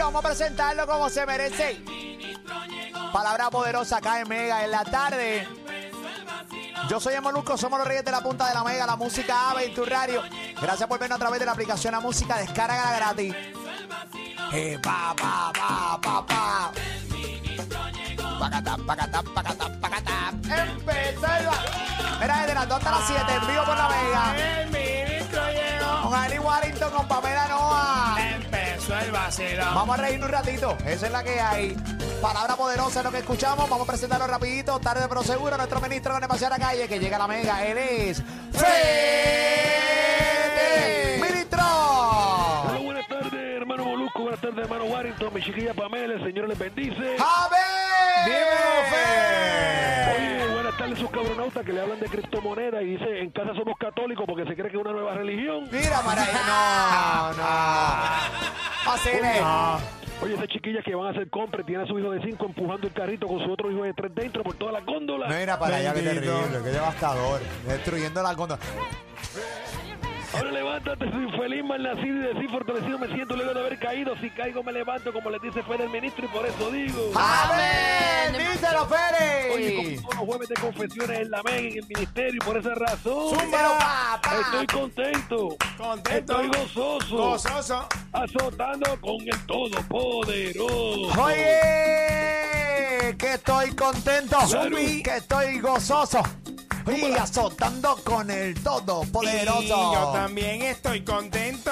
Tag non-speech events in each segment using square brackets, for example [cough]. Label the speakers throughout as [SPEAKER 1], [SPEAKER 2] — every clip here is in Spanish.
[SPEAKER 1] vamos a presentarlo como se merece. Palabra poderosa acá en Mega en la tarde. Yo soy Emoluco, somos los reyes de la punta de la Mega, la música AVE en tu radio. Gracias por vernos a través de la aplicación La Música, descárgala gratis. Eh, pa, pa, pa, pa, pa. Pacatá, pacatá, pacatá, pacatá. Empezó el ba- Mira, desde las 2 hasta las 7, en vivo por la Mega.
[SPEAKER 2] El ministro llegó,
[SPEAKER 1] Con Ali Warrington, con Pamela Noa.
[SPEAKER 2] empezó el vacilón.
[SPEAKER 1] Vamos a reírnos un ratito, esa es la que hay. Palabra poderosa es lo que escuchamos, vamos a presentarlo rapidito, tarde pero seguro, nuestro ministro de Demasiada la Calle, que llega a la mega, él es... ¡Fede! ¡Ministro!
[SPEAKER 3] Hola, buenas tardes, hermano Molusco. Buenas tardes, hermano Warrington. Mi chiquilla Pamela, el Señor les bendice.
[SPEAKER 1] ¡Javier!
[SPEAKER 3] Oye, buenas tardes, sus cabronautas que le hablan de criptomonedas y dice en casa somos católicos porque se cree que es una nueva religión.
[SPEAKER 1] Mira para allá. No, no. Así es.
[SPEAKER 3] Oye, esas chiquillas que van a hacer compras tiene a su hijo de 5 empujando el carrito con su otro hijo de 3 dentro por toda la góndola.
[SPEAKER 1] Mira para allá, qué
[SPEAKER 4] Bendito.
[SPEAKER 1] terrible, qué devastador. Destruyendo la conda.
[SPEAKER 3] Ahora levántate, soy infeliz, mal nacido y de sí fortalecido me siento luego de haber caído. Si caigo me levanto, como le dice Fede el ministro, y por eso digo.
[SPEAKER 1] ¡Amén! ¡Díselo,
[SPEAKER 3] Oye, como
[SPEAKER 1] Pérez!
[SPEAKER 3] todos los jueves de confesiones en la MEG, en el ministerio, y por esa razón.
[SPEAKER 1] ¡Díselo, papá!
[SPEAKER 3] Estoy contento.
[SPEAKER 4] Contento.
[SPEAKER 3] Estoy gozoso.
[SPEAKER 4] Gozoso.
[SPEAKER 3] Azotando con el todopoderoso.
[SPEAKER 1] Oye, que estoy contento,
[SPEAKER 3] Salud.
[SPEAKER 1] que estoy gozoso y azotando con el todo
[SPEAKER 4] Y yo
[SPEAKER 1] poderoso.
[SPEAKER 4] también estoy contento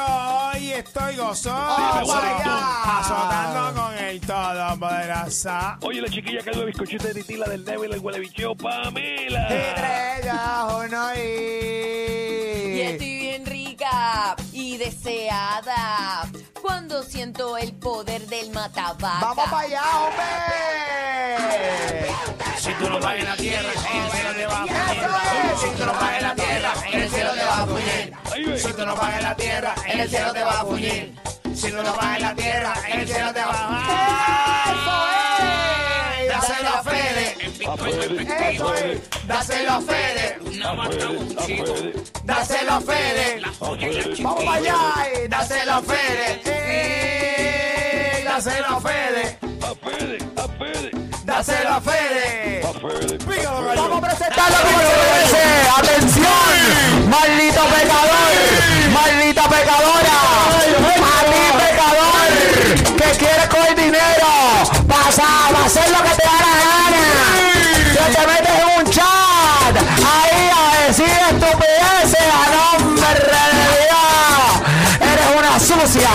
[SPEAKER 4] y estoy gozoso.
[SPEAKER 2] Ah,
[SPEAKER 1] ¡Oh,
[SPEAKER 3] vaya!
[SPEAKER 4] Azotando con el todopoderoso.
[SPEAKER 3] Oye, la chiquilla que es la bizcochita de titila del débil, el huelebicheo,
[SPEAKER 1] Y
[SPEAKER 3] Pamela.
[SPEAKER 1] tres, ya, uno
[SPEAKER 5] Y
[SPEAKER 1] y.
[SPEAKER 5] estoy bien rica y deseada cuando siento el poder del matabaca.
[SPEAKER 1] Vamos para allá, hombre.
[SPEAKER 2] Si tú no pagas en la tierra, el cielo te va a
[SPEAKER 1] Eso
[SPEAKER 2] puñer.
[SPEAKER 1] es.
[SPEAKER 2] Si tú no pagas en la tierra, el cielo te va a puñer.
[SPEAKER 3] Ahí ve.
[SPEAKER 2] Si tú no pagas en la tierra, el cielo te va a puñer. Si tú no pagas en la tierra, el cielo te va a
[SPEAKER 1] Eso es.
[SPEAKER 2] Dáselo a Fede,
[SPEAKER 1] Eso es.
[SPEAKER 2] dáselo a Fede, dáselo a Fede,
[SPEAKER 1] Vamos para allá. eh.
[SPEAKER 2] dáselo a Fede, eh, dáselo a Fede,
[SPEAKER 3] A Fede, a Fede,
[SPEAKER 2] dáselo a Fede.
[SPEAKER 3] a Fede.
[SPEAKER 1] Vamos a presentarlo como se merece. ¡Atención! ¡Maldito pecador! ¡Maldita pecadora! ¡A ti, pecador! ¡Que quieres coger dinero! ¡Pasa! ¡Va a hacer lo que te da la gana! ¡Que te metes en un chat! ¡Ahí a decir estupideces! ¡A nombre de Dios! ¡Eres una sucia!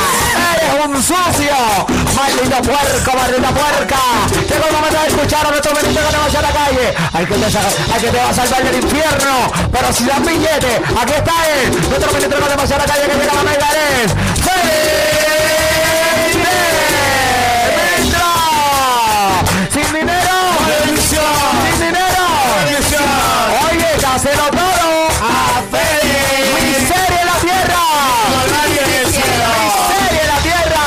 [SPEAKER 1] ¡Eres un sucio! ¡Maldito puerco! ¡Maldita puerca! Llegó el momento de escuchar a nuestro ministro que te va a la calle. Hay que, te, sa- al que te va a salvar del infierno. Pero si das billete, aquí está él. Nuestro ministro que te va a la calle que llega a la mega es. ¡Felipe! ¡Ministro! ¡Sin dinero! ¡Sin dinero! ¡Oye, dáselo todo! ¡A Fede! ¡Miseria en la tierra! ¡Miseria en la tierra!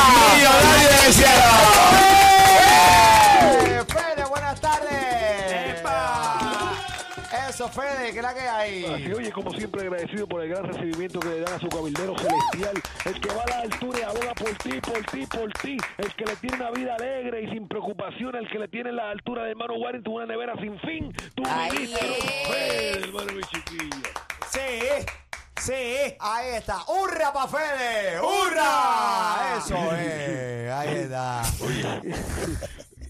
[SPEAKER 1] Fede, buenas tardes. Eso, Fede, ¿qué es la que
[SPEAKER 3] Así,
[SPEAKER 1] hay?
[SPEAKER 3] oye, como siempre, agradecido por el gran recibimiento que le dan a su cabildero celestial. El que va a la altura y aboga por ti, por ti, por ti. El que le tiene una vida alegre y sin preocupación. El que le tiene la altura del hermano Warrington, una nevera sin fin. Tu
[SPEAKER 5] Ahí
[SPEAKER 3] ministro,
[SPEAKER 5] es.
[SPEAKER 3] Fede, hermano de mi chiquilla.
[SPEAKER 4] Sí, sí.
[SPEAKER 1] Ahí está. ¡Hurra pa' Fede! ¡Hurra! Eso es. Ahí está.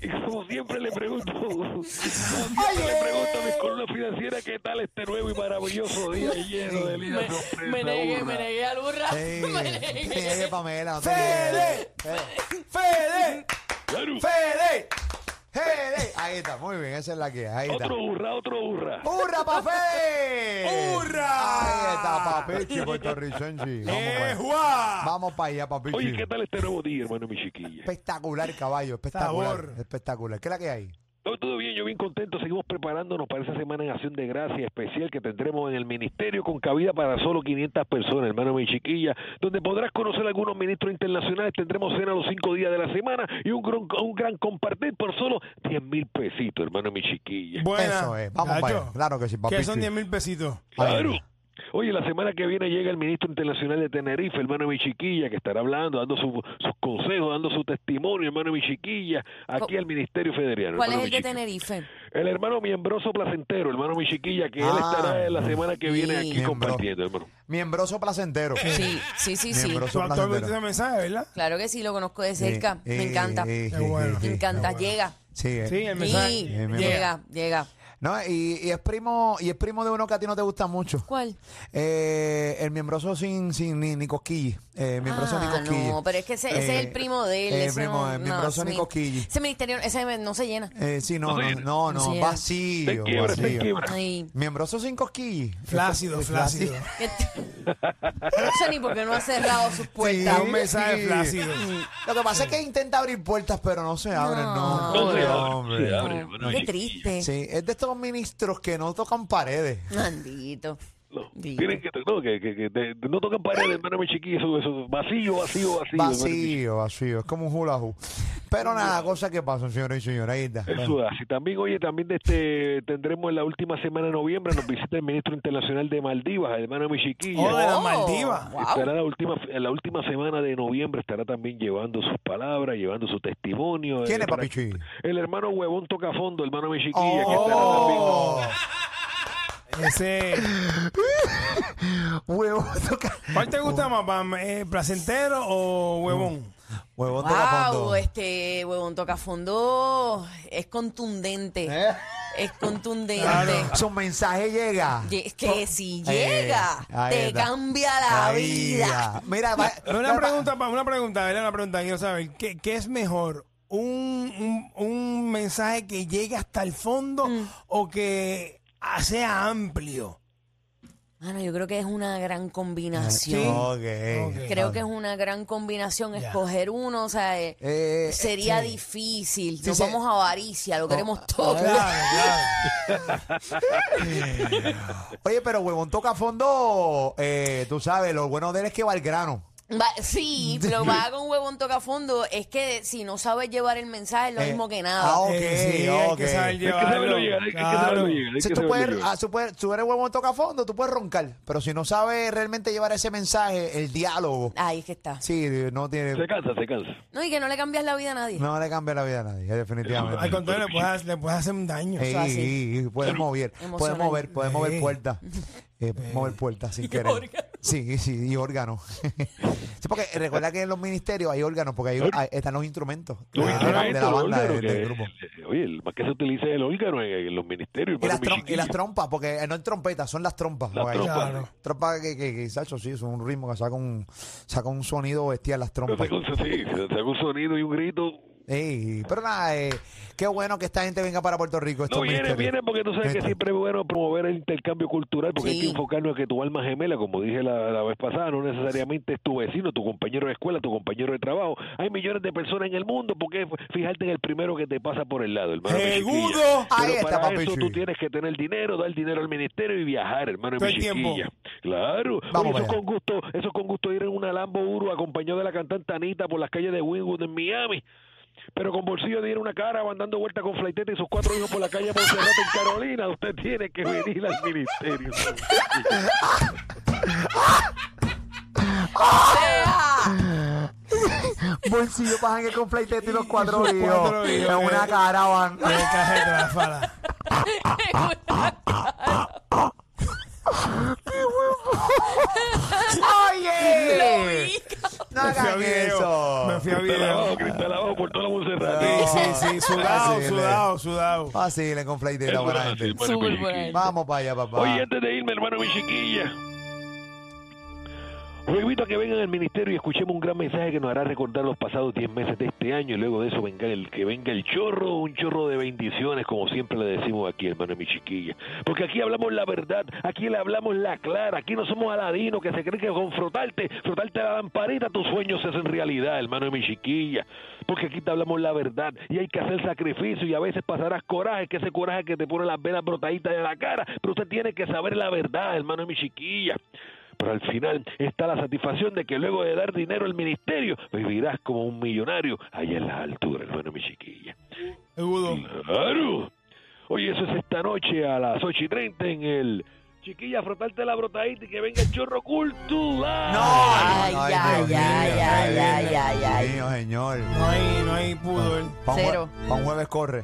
[SPEAKER 3] Y como siempre le pregunto, como siempre le pregunto a mis columnas financieras qué tal este nuevo y maravilloso día lleno de vida sorpresa.
[SPEAKER 5] Me negué, me
[SPEAKER 3] burra.
[SPEAKER 5] negué al burra.
[SPEAKER 1] Sí.
[SPEAKER 5] Me
[SPEAKER 1] Sí,
[SPEAKER 5] negué.
[SPEAKER 1] Pamela, no te
[SPEAKER 4] Fede,
[SPEAKER 1] quieres.
[SPEAKER 4] Fede,
[SPEAKER 3] Claro,
[SPEAKER 4] Fede.
[SPEAKER 1] Fede. Ahí está, muy bien, esa es la que hay. Ahí está.
[SPEAKER 3] Otro burra, otro burra.
[SPEAKER 1] ¡Hurra pa' Fede!
[SPEAKER 4] ¡Hurra!
[SPEAKER 1] Ahí está, papichi, puertorricense.
[SPEAKER 4] Eh,
[SPEAKER 2] pues.
[SPEAKER 1] Vamos, pa-
[SPEAKER 4] Juá.
[SPEAKER 1] Vamos para allá, papichi.
[SPEAKER 3] Oye, ¿qué tal este nuevo día, hermano, mi chiquilla?
[SPEAKER 1] Espectacular, caballo, espectacular.
[SPEAKER 4] Sabor.
[SPEAKER 1] Espectacular. ¿Qué es la que hay?
[SPEAKER 3] Todo, todo bien, yo bien contento. Seguimos preparándonos para esa semana en Acción de Gracia especial que tendremos en el Ministerio con cabida para solo 500 personas, hermano mi chiquilla, donde podrás conocer a algunos ministros internacionales. Tendremos cena los cinco días de la semana y un gran, un gran compartir por solo 10 mil pesitos, hermano mi chiquilla.
[SPEAKER 4] Buena.
[SPEAKER 1] Eso es, vamos
[SPEAKER 4] Nacho,
[SPEAKER 1] para allá. Claro que sí, papi.
[SPEAKER 4] Que son 10 mil pesitos.
[SPEAKER 1] Ahí.
[SPEAKER 3] Claro. Oye, la semana que viene llega el ministro internacional de Tenerife, hermano de mi chiquilla, que estará hablando, dando su- sus consejos, dando su testimonio, hermano de mi chiquilla, aquí
[SPEAKER 5] ¿Cu-
[SPEAKER 3] al Ministerio Federal.
[SPEAKER 5] ¿Cuál
[SPEAKER 3] hermano
[SPEAKER 5] es el de
[SPEAKER 3] Michiquilla.
[SPEAKER 5] Tenerife?
[SPEAKER 3] El hermano miembroso placentero, hermano mi chiquilla, que él
[SPEAKER 1] Ah,
[SPEAKER 3] estará la semana que viene
[SPEAKER 5] sí.
[SPEAKER 3] aquí
[SPEAKER 1] Miembro.
[SPEAKER 3] compartiendo, hermano.
[SPEAKER 1] Miembroso placentero.
[SPEAKER 5] Sí, sí, sí, sí.
[SPEAKER 1] Eh, Miembros.
[SPEAKER 4] Tú actualmente ese mensaje, ¿verdad?
[SPEAKER 5] Claro que sí, lo conozco de cerca.
[SPEAKER 1] Eh,
[SPEAKER 5] Me
[SPEAKER 1] eh,
[SPEAKER 5] encanta.
[SPEAKER 1] eh,
[SPEAKER 4] Qué
[SPEAKER 1] eh,
[SPEAKER 4] bueno.
[SPEAKER 1] eh,
[SPEAKER 5] Me
[SPEAKER 1] eh,
[SPEAKER 5] encanta,
[SPEAKER 1] eh,
[SPEAKER 5] llega.
[SPEAKER 1] Sí, eh.
[SPEAKER 4] Sí, el mensaje.
[SPEAKER 5] Sí,
[SPEAKER 1] Eh, me
[SPEAKER 5] llega, llega.
[SPEAKER 1] No, y, y es primo, y es primo de uno que a ti no te gusta mucho.
[SPEAKER 5] ¿Cuál?
[SPEAKER 1] Eh, el miembroso sin, sin ni, ni cosquillas. Eh, miembroso
[SPEAKER 5] Ah,
[SPEAKER 1] ni cosquillas.
[SPEAKER 5] No, pero es que ese, ese es el
[SPEAKER 1] Eh,
[SPEAKER 5] primo de él.
[SPEAKER 1] eh,
[SPEAKER 5] ese
[SPEAKER 1] primo,
[SPEAKER 5] no-
[SPEAKER 1] eh,
[SPEAKER 5] no,
[SPEAKER 1] miembroso
[SPEAKER 5] ese
[SPEAKER 1] ni
[SPEAKER 5] mi-
[SPEAKER 1] cosquillas.
[SPEAKER 5] Ese ministerio ese no se llena.
[SPEAKER 1] Eh, sí, no,
[SPEAKER 3] No
[SPEAKER 1] no,
[SPEAKER 3] sé.
[SPEAKER 1] no, no,
[SPEAKER 5] Sí.
[SPEAKER 1] vacío,
[SPEAKER 3] Te quiebra, te
[SPEAKER 1] vacío.
[SPEAKER 3] quiebra.
[SPEAKER 5] Ay.
[SPEAKER 1] Miembroso sin cosquillas.
[SPEAKER 4] Flácido,
[SPEAKER 1] Eh,
[SPEAKER 4] flácido.
[SPEAKER 5] [laughs] No sé ni por qué no ha cerrado sus puertas.
[SPEAKER 4] un mensaje flácido.
[SPEAKER 1] Lo que pasa es que intenta abrir puertas, pero no se abren, no.
[SPEAKER 5] No.
[SPEAKER 3] No se
[SPEAKER 1] Pobre
[SPEAKER 3] abre,
[SPEAKER 1] hombre.
[SPEAKER 3] se abre,
[SPEAKER 5] No,
[SPEAKER 3] hermano mi
[SPEAKER 5] qué
[SPEAKER 3] chiquilla.
[SPEAKER 5] triste.
[SPEAKER 1] Sí, es de estos ministros que no tocan paredes.
[SPEAKER 5] Maldito.
[SPEAKER 3] No,
[SPEAKER 5] Dime.
[SPEAKER 3] tienen que, no, que, que- que te- no tocan paredes, hermano mi chiquilla, eso, eso, vacío, vacío, vacío. hermano, mi chiquilla.
[SPEAKER 1] Vacío, vacío. Es como un hula hoop. Pero nada, cosas que pasan, señores y señoras. Ahí está.
[SPEAKER 3] Eso es así. También, oye, también de este, tendremos en la última semana de noviembre, nos visita el ministro internacional de Maldivas, el hermano de mi chiquilla.
[SPEAKER 4] Oh, de las
[SPEAKER 5] Oh,
[SPEAKER 4] Maldivas.
[SPEAKER 5] wow.
[SPEAKER 3] Estará la última, en la última semana de noviembre estará también llevando sus palabras, llevando su testimonio.
[SPEAKER 1] ¿Quién
[SPEAKER 3] Eh,
[SPEAKER 1] es
[SPEAKER 3] para-
[SPEAKER 1] Papi Chuy?
[SPEAKER 3] El hermano huevón tocafondo, hermano de mi chiquilla, que estará también.
[SPEAKER 1] Oh,
[SPEAKER 4] Ese.
[SPEAKER 1] huevo [laughs] toca.
[SPEAKER 4] ¿Cuál te
[SPEAKER 1] Oh.
[SPEAKER 4] gusta más, Pam? Eh, ¿Placentero o
[SPEAKER 1] Mm.
[SPEAKER 4] huevón?
[SPEAKER 1] Huevo toca
[SPEAKER 5] Wow,
[SPEAKER 1] fondo.
[SPEAKER 5] este huevón toca fondo es contundente.
[SPEAKER 1] ¿Eh?
[SPEAKER 5] Es contundente.
[SPEAKER 1] Claro. Su mensaje llega.
[SPEAKER 5] Y es Que si
[SPEAKER 1] Eh,
[SPEAKER 5] llega,
[SPEAKER 1] ahí
[SPEAKER 5] te
[SPEAKER 1] está.
[SPEAKER 5] cambia la
[SPEAKER 1] Ahí
[SPEAKER 5] vida.
[SPEAKER 1] ya. Mira, va-
[SPEAKER 4] Ah, Pero
[SPEAKER 1] va-
[SPEAKER 4] una
[SPEAKER 1] va-
[SPEAKER 4] pregunta, Pam, una pregunta, ¿verdad? Una pregunta, quiero saber, ¿qué, qué es mejor? Un, un, un mensaje que llegue hasta el fondo o que ah, sea amplio?
[SPEAKER 5] Mano, yo creo que es una gran combinación.
[SPEAKER 4] Sí.
[SPEAKER 1] Ok.
[SPEAKER 4] Ok.
[SPEAKER 5] Creo que es una gran combinación
[SPEAKER 4] Ya.
[SPEAKER 5] escoger uno, o sea, eh,
[SPEAKER 1] Eh,
[SPEAKER 5] sería
[SPEAKER 1] sí.
[SPEAKER 5] difícil.
[SPEAKER 1] Sí,
[SPEAKER 5] Nos
[SPEAKER 1] sí. Oh,
[SPEAKER 5] vamos a avaricia, lo queremos
[SPEAKER 4] [laughs]
[SPEAKER 5] todo.
[SPEAKER 4] Claro, claro.
[SPEAKER 1] eh, Oye, pero huevón toca fondo. Eh, tú sabes, lo bueno de él es que va al grano.
[SPEAKER 5] [laughs] Va- sí,
[SPEAKER 1] [laughs]
[SPEAKER 5] pero va con huevón toca fondo. Es que si no sabes llevar el mensaje, es lo
[SPEAKER 1] Eh,
[SPEAKER 5] mismo que
[SPEAKER 1] ah,
[SPEAKER 5] nada.
[SPEAKER 1] Ok,
[SPEAKER 4] Eh, sí, hay que
[SPEAKER 1] ok.
[SPEAKER 4] saber
[SPEAKER 1] Hay
[SPEAKER 3] Hay que saberlo llegar,
[SPEAKER 4] llevarlo.
[SPEAKER 3] hay que
[SPEAKER 4] Claro.
[SPEAKER 3] saberlo llegar. hay
[SPEAKER 1] Si
[SPEAKER 3] que
[SPEAKER 1] tú,
[SPEAKER 3] saberlo
[SPEAKER 1] puedes,
[SPEAKER 3] llegar.
[SPEAKER 1] ah, tú, puedes- tú eres huevón toca fondo, tú puedes roncar. Pero si no sabes realmente llevar ese mensaje, el diálogo.
[SPEAKER 5] Ahí es que está.
[SPEAKER 1] Sí, no
[SPEAKER 3] Se
[SPEAKER 1] tiene.
[SPEAKER 3] cansa, se cansa.
[SPEAKER 5] No, y que no le cambias la vida a nadie.
[SPEAKER 1] No le cambia la vida a nadie, definitivamente.
[SPEAKER 4] Al contrario, le puedes, le puedes hacer un [laughs] daño.
[SPEAKER 1] Ey,
[SPEAKER 5] Eso así.
[SPEAKER 1] ey, ey, puede mover, puede
[SPEAKER 5] Emocional.
[SPEAKER 1] mover, puede mover
[SPEAKER 4] Ey.
[SPEAKER 1] puertas. Eh, mover puertas sin querer. Sí, sí, y órganos. [laughs] sí, porque recuerda que en los ministerios hay órganos, porque hay, hay- están los instrumentos
[SPEAKER 3] Tú
[SPEAKER 1] de, la-
[SPEAKER 3] viste,
[SPEAKER 1] de la-
[SPEAKER 3] ¿viste
[SPEAKER 1] de la
[SPEAKER 3] el
[SPEAKER 1] banda
[SPEAKER 3] órgano
[SPEAKER 1] de-
[SPEAKER 3] que-
[SPEAKER 1] del grupo.
[SPEAKER 3] eh, Oye, el más que se utiliza es el órgano en, en los ministerios.
[SPEAKER 1] Y las,
[SPEAKER 3] hermano, mi
[SPEAKER 1] trom- y las
[SPEAKER 3] chiquilla.
[SPEAKER 1] trompas, porque eh, no es trompetas, son las trompas.
[SPEAKER 3] Las
[SPEAKER 1] porque hay-
[SPEAKER 3] trompas.
[SPEAKER 4] Claro.
[SPEAKER 1] trompas que, que, que, Sacho, sí, son un ritmo que saca un, saca un sonido bestial las
[SPEAKER 3] Pero
[SPEAKER 1] trompas.
[SPEAKER 3] saca un- sí, se saca un sonido y un grito.
[SPEAKER 1] Ey, pero nada, eh, qué bueno que esta gente venga para Puerto Rico. estos
[SPEAKER 3] No, viene,
[SPEAKER 1] ministerios.
[SPEAKER 3] viene, porque tú sabes que
[SPEAKER 1] Esto.
[SPEAKER 3] siempre es bueno promover el intercambio cultural, porque hay que
[SPEAKER 5] Sí.
[SPEAKER 3] enfocarnos a que tu alma gemela, como dije la, la vez pasada, no necesariamente es tu vecino, tu compañero de escuela, tu compañero de trabajo. Hay millones de personas en el mundo, porque fijarte en el primero que te pasa por el lado, hermano. mi
[SPEAKER 4] Seguro.
[SPEAKER 3] chiquilla.
[SPEAKER 1] Ahí
[SPEAKER 3] Pero
[SPEAKER 1] está,
[SPEAKER 3] para
[SPEAKER 1] papi
[SPEAKER 3] eso tú
[SPEAKER 1] Chuy.
[SPEAKER 3] tienes que tener dinero, dar dinero al ministerio y viajar, hermano. y
[SPEAKER 4] Todo
[SPEAKER 3] mi
[SPEAKER 4] el tiempo.
[SPEAKER 3] chiquilla. Claro.
[SPEAKER 1] Vamos
[SPEAKER 3] Oye,
[SPEAKER 1] para
[SPEAKER 3] eso
[SPEAKER 1] allá.
[SPEAKER 3] con gusto, eso es con gusto ir en un alambo uru acompañado de la cantante Anita por las calles de Wynwood en Miami pero con bolsillo de ir una cara, van dando vuelta con flaiteta y sus cuatro hijos por la calle Monserrate en Carolina. Usted tiene que venir al ministerio.
[SPEAKER 5] O sea,
[SPEAKER 1] Bolsillo pajan con flaitete y los cuatro
[SPEAKER 4] Los cuatro
[SPEAKER 1] hijos.
[SPEAKER 4] hijos,
[SPEAKER 1] En una
[SPEAKER 4] eh.
[SPEAKER 1] caravana.
[SPEAKER 4] Qué caja de tráfala.
[SPEAKER 1] ¡Oye!
[SPEAKER 5] y-
[SPEAKER 1] No
[SPEAKER 4] Me fui a
[SPEAKER 1] hagan
[SPEAKER 4] video. Me
[SPEAKER 1] eso.
[SPEAKER 4] fui a
[SPEAKER 3] Cristal
[SPEAKER 4] video.
[SPEAKER 3] abajo, cristal abajo por toda la
[SPEAKER 4] Sí,
[SPEAKER 3] Monserrate.
[SPEAKER 4] sí, Ah, sí, sudado,
[SPEAKER 1] Así es.
[SPEAKER 4] sudado, sudado.
[SPEAKER 1] Fácil con flaitera
[SPEAKER 3] Eso
[SPEAKER 1] buena
[SPEAKER 3] es así,
[SPEAKER 1] gente.
[SPEAKER 3] hermano, mi
[SPEAKER 5] Súper buena
[SPEAKER 3] chiquilla.
[SPEAKER 5] gente.
[SPEAKER 1] Vamos para allá, papá.
[SPEAKER 3] Oye, antes de irme, hermano, mi chiquilla. Los invito a que vengan al ministerio y escuchemos un gran mensaje que nos hará recordar los pasados 10 meses de este año y luego de eso venga el que venga el chorro, un chorro de bendiciones, como siempre le decimos aquí, hermano mi chiquilla. Porque aquí hablamos la verdad, aquí le hablamos la clara, aquí no somos aladinos que se creen que con frotarte, frotarte la lamparita, tus sueños se hacen realidad, hermano mi chiquilla. Porque aquí te hablamos la verdad y hay que hacer sacrificio y a veces pasarás coraje, que ese coraje que te pone las venas brotaditas de la cara, pero usted tiene que saber la verdad, hermano mi chiquilla. Pero al final está la satisfacción de que luego de dar dinero al ministerio, vivirás como un millonario allá en las alturas, hermano mi chiquilla.
[SPEAKER 4] Seguro.
[SPEAKER 3] Claro. Oye, eso es esta noche a las 8 y 30 en el Chiquilla, frotarte la brotadita y que venga el chorro cultural.
[SPEAKER 5] Ay,
[SPEAKER 1] Ay,
[SPEAKER 5] ya,
[SPEAKER 1] Dios mío,
[SPEAKER 5] ya, ya,
[SPEAKER 1] ay,
[SPEAKER 5] ya,
[SPEAKER 1] Dios
[SPEAKER 5] ya, ya, ya.
[SPEAKER 1] mío, señor.
[SPEAKER 4] No hay, no hay pudor.
[SPEAKER 1] Pa' un jue-
[SPEAKER 5] Cero.
[SPEAKER 1] pa' un jueves corre.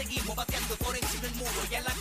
[SPEAKER 6] Seguimos bateando por encima del muro y a la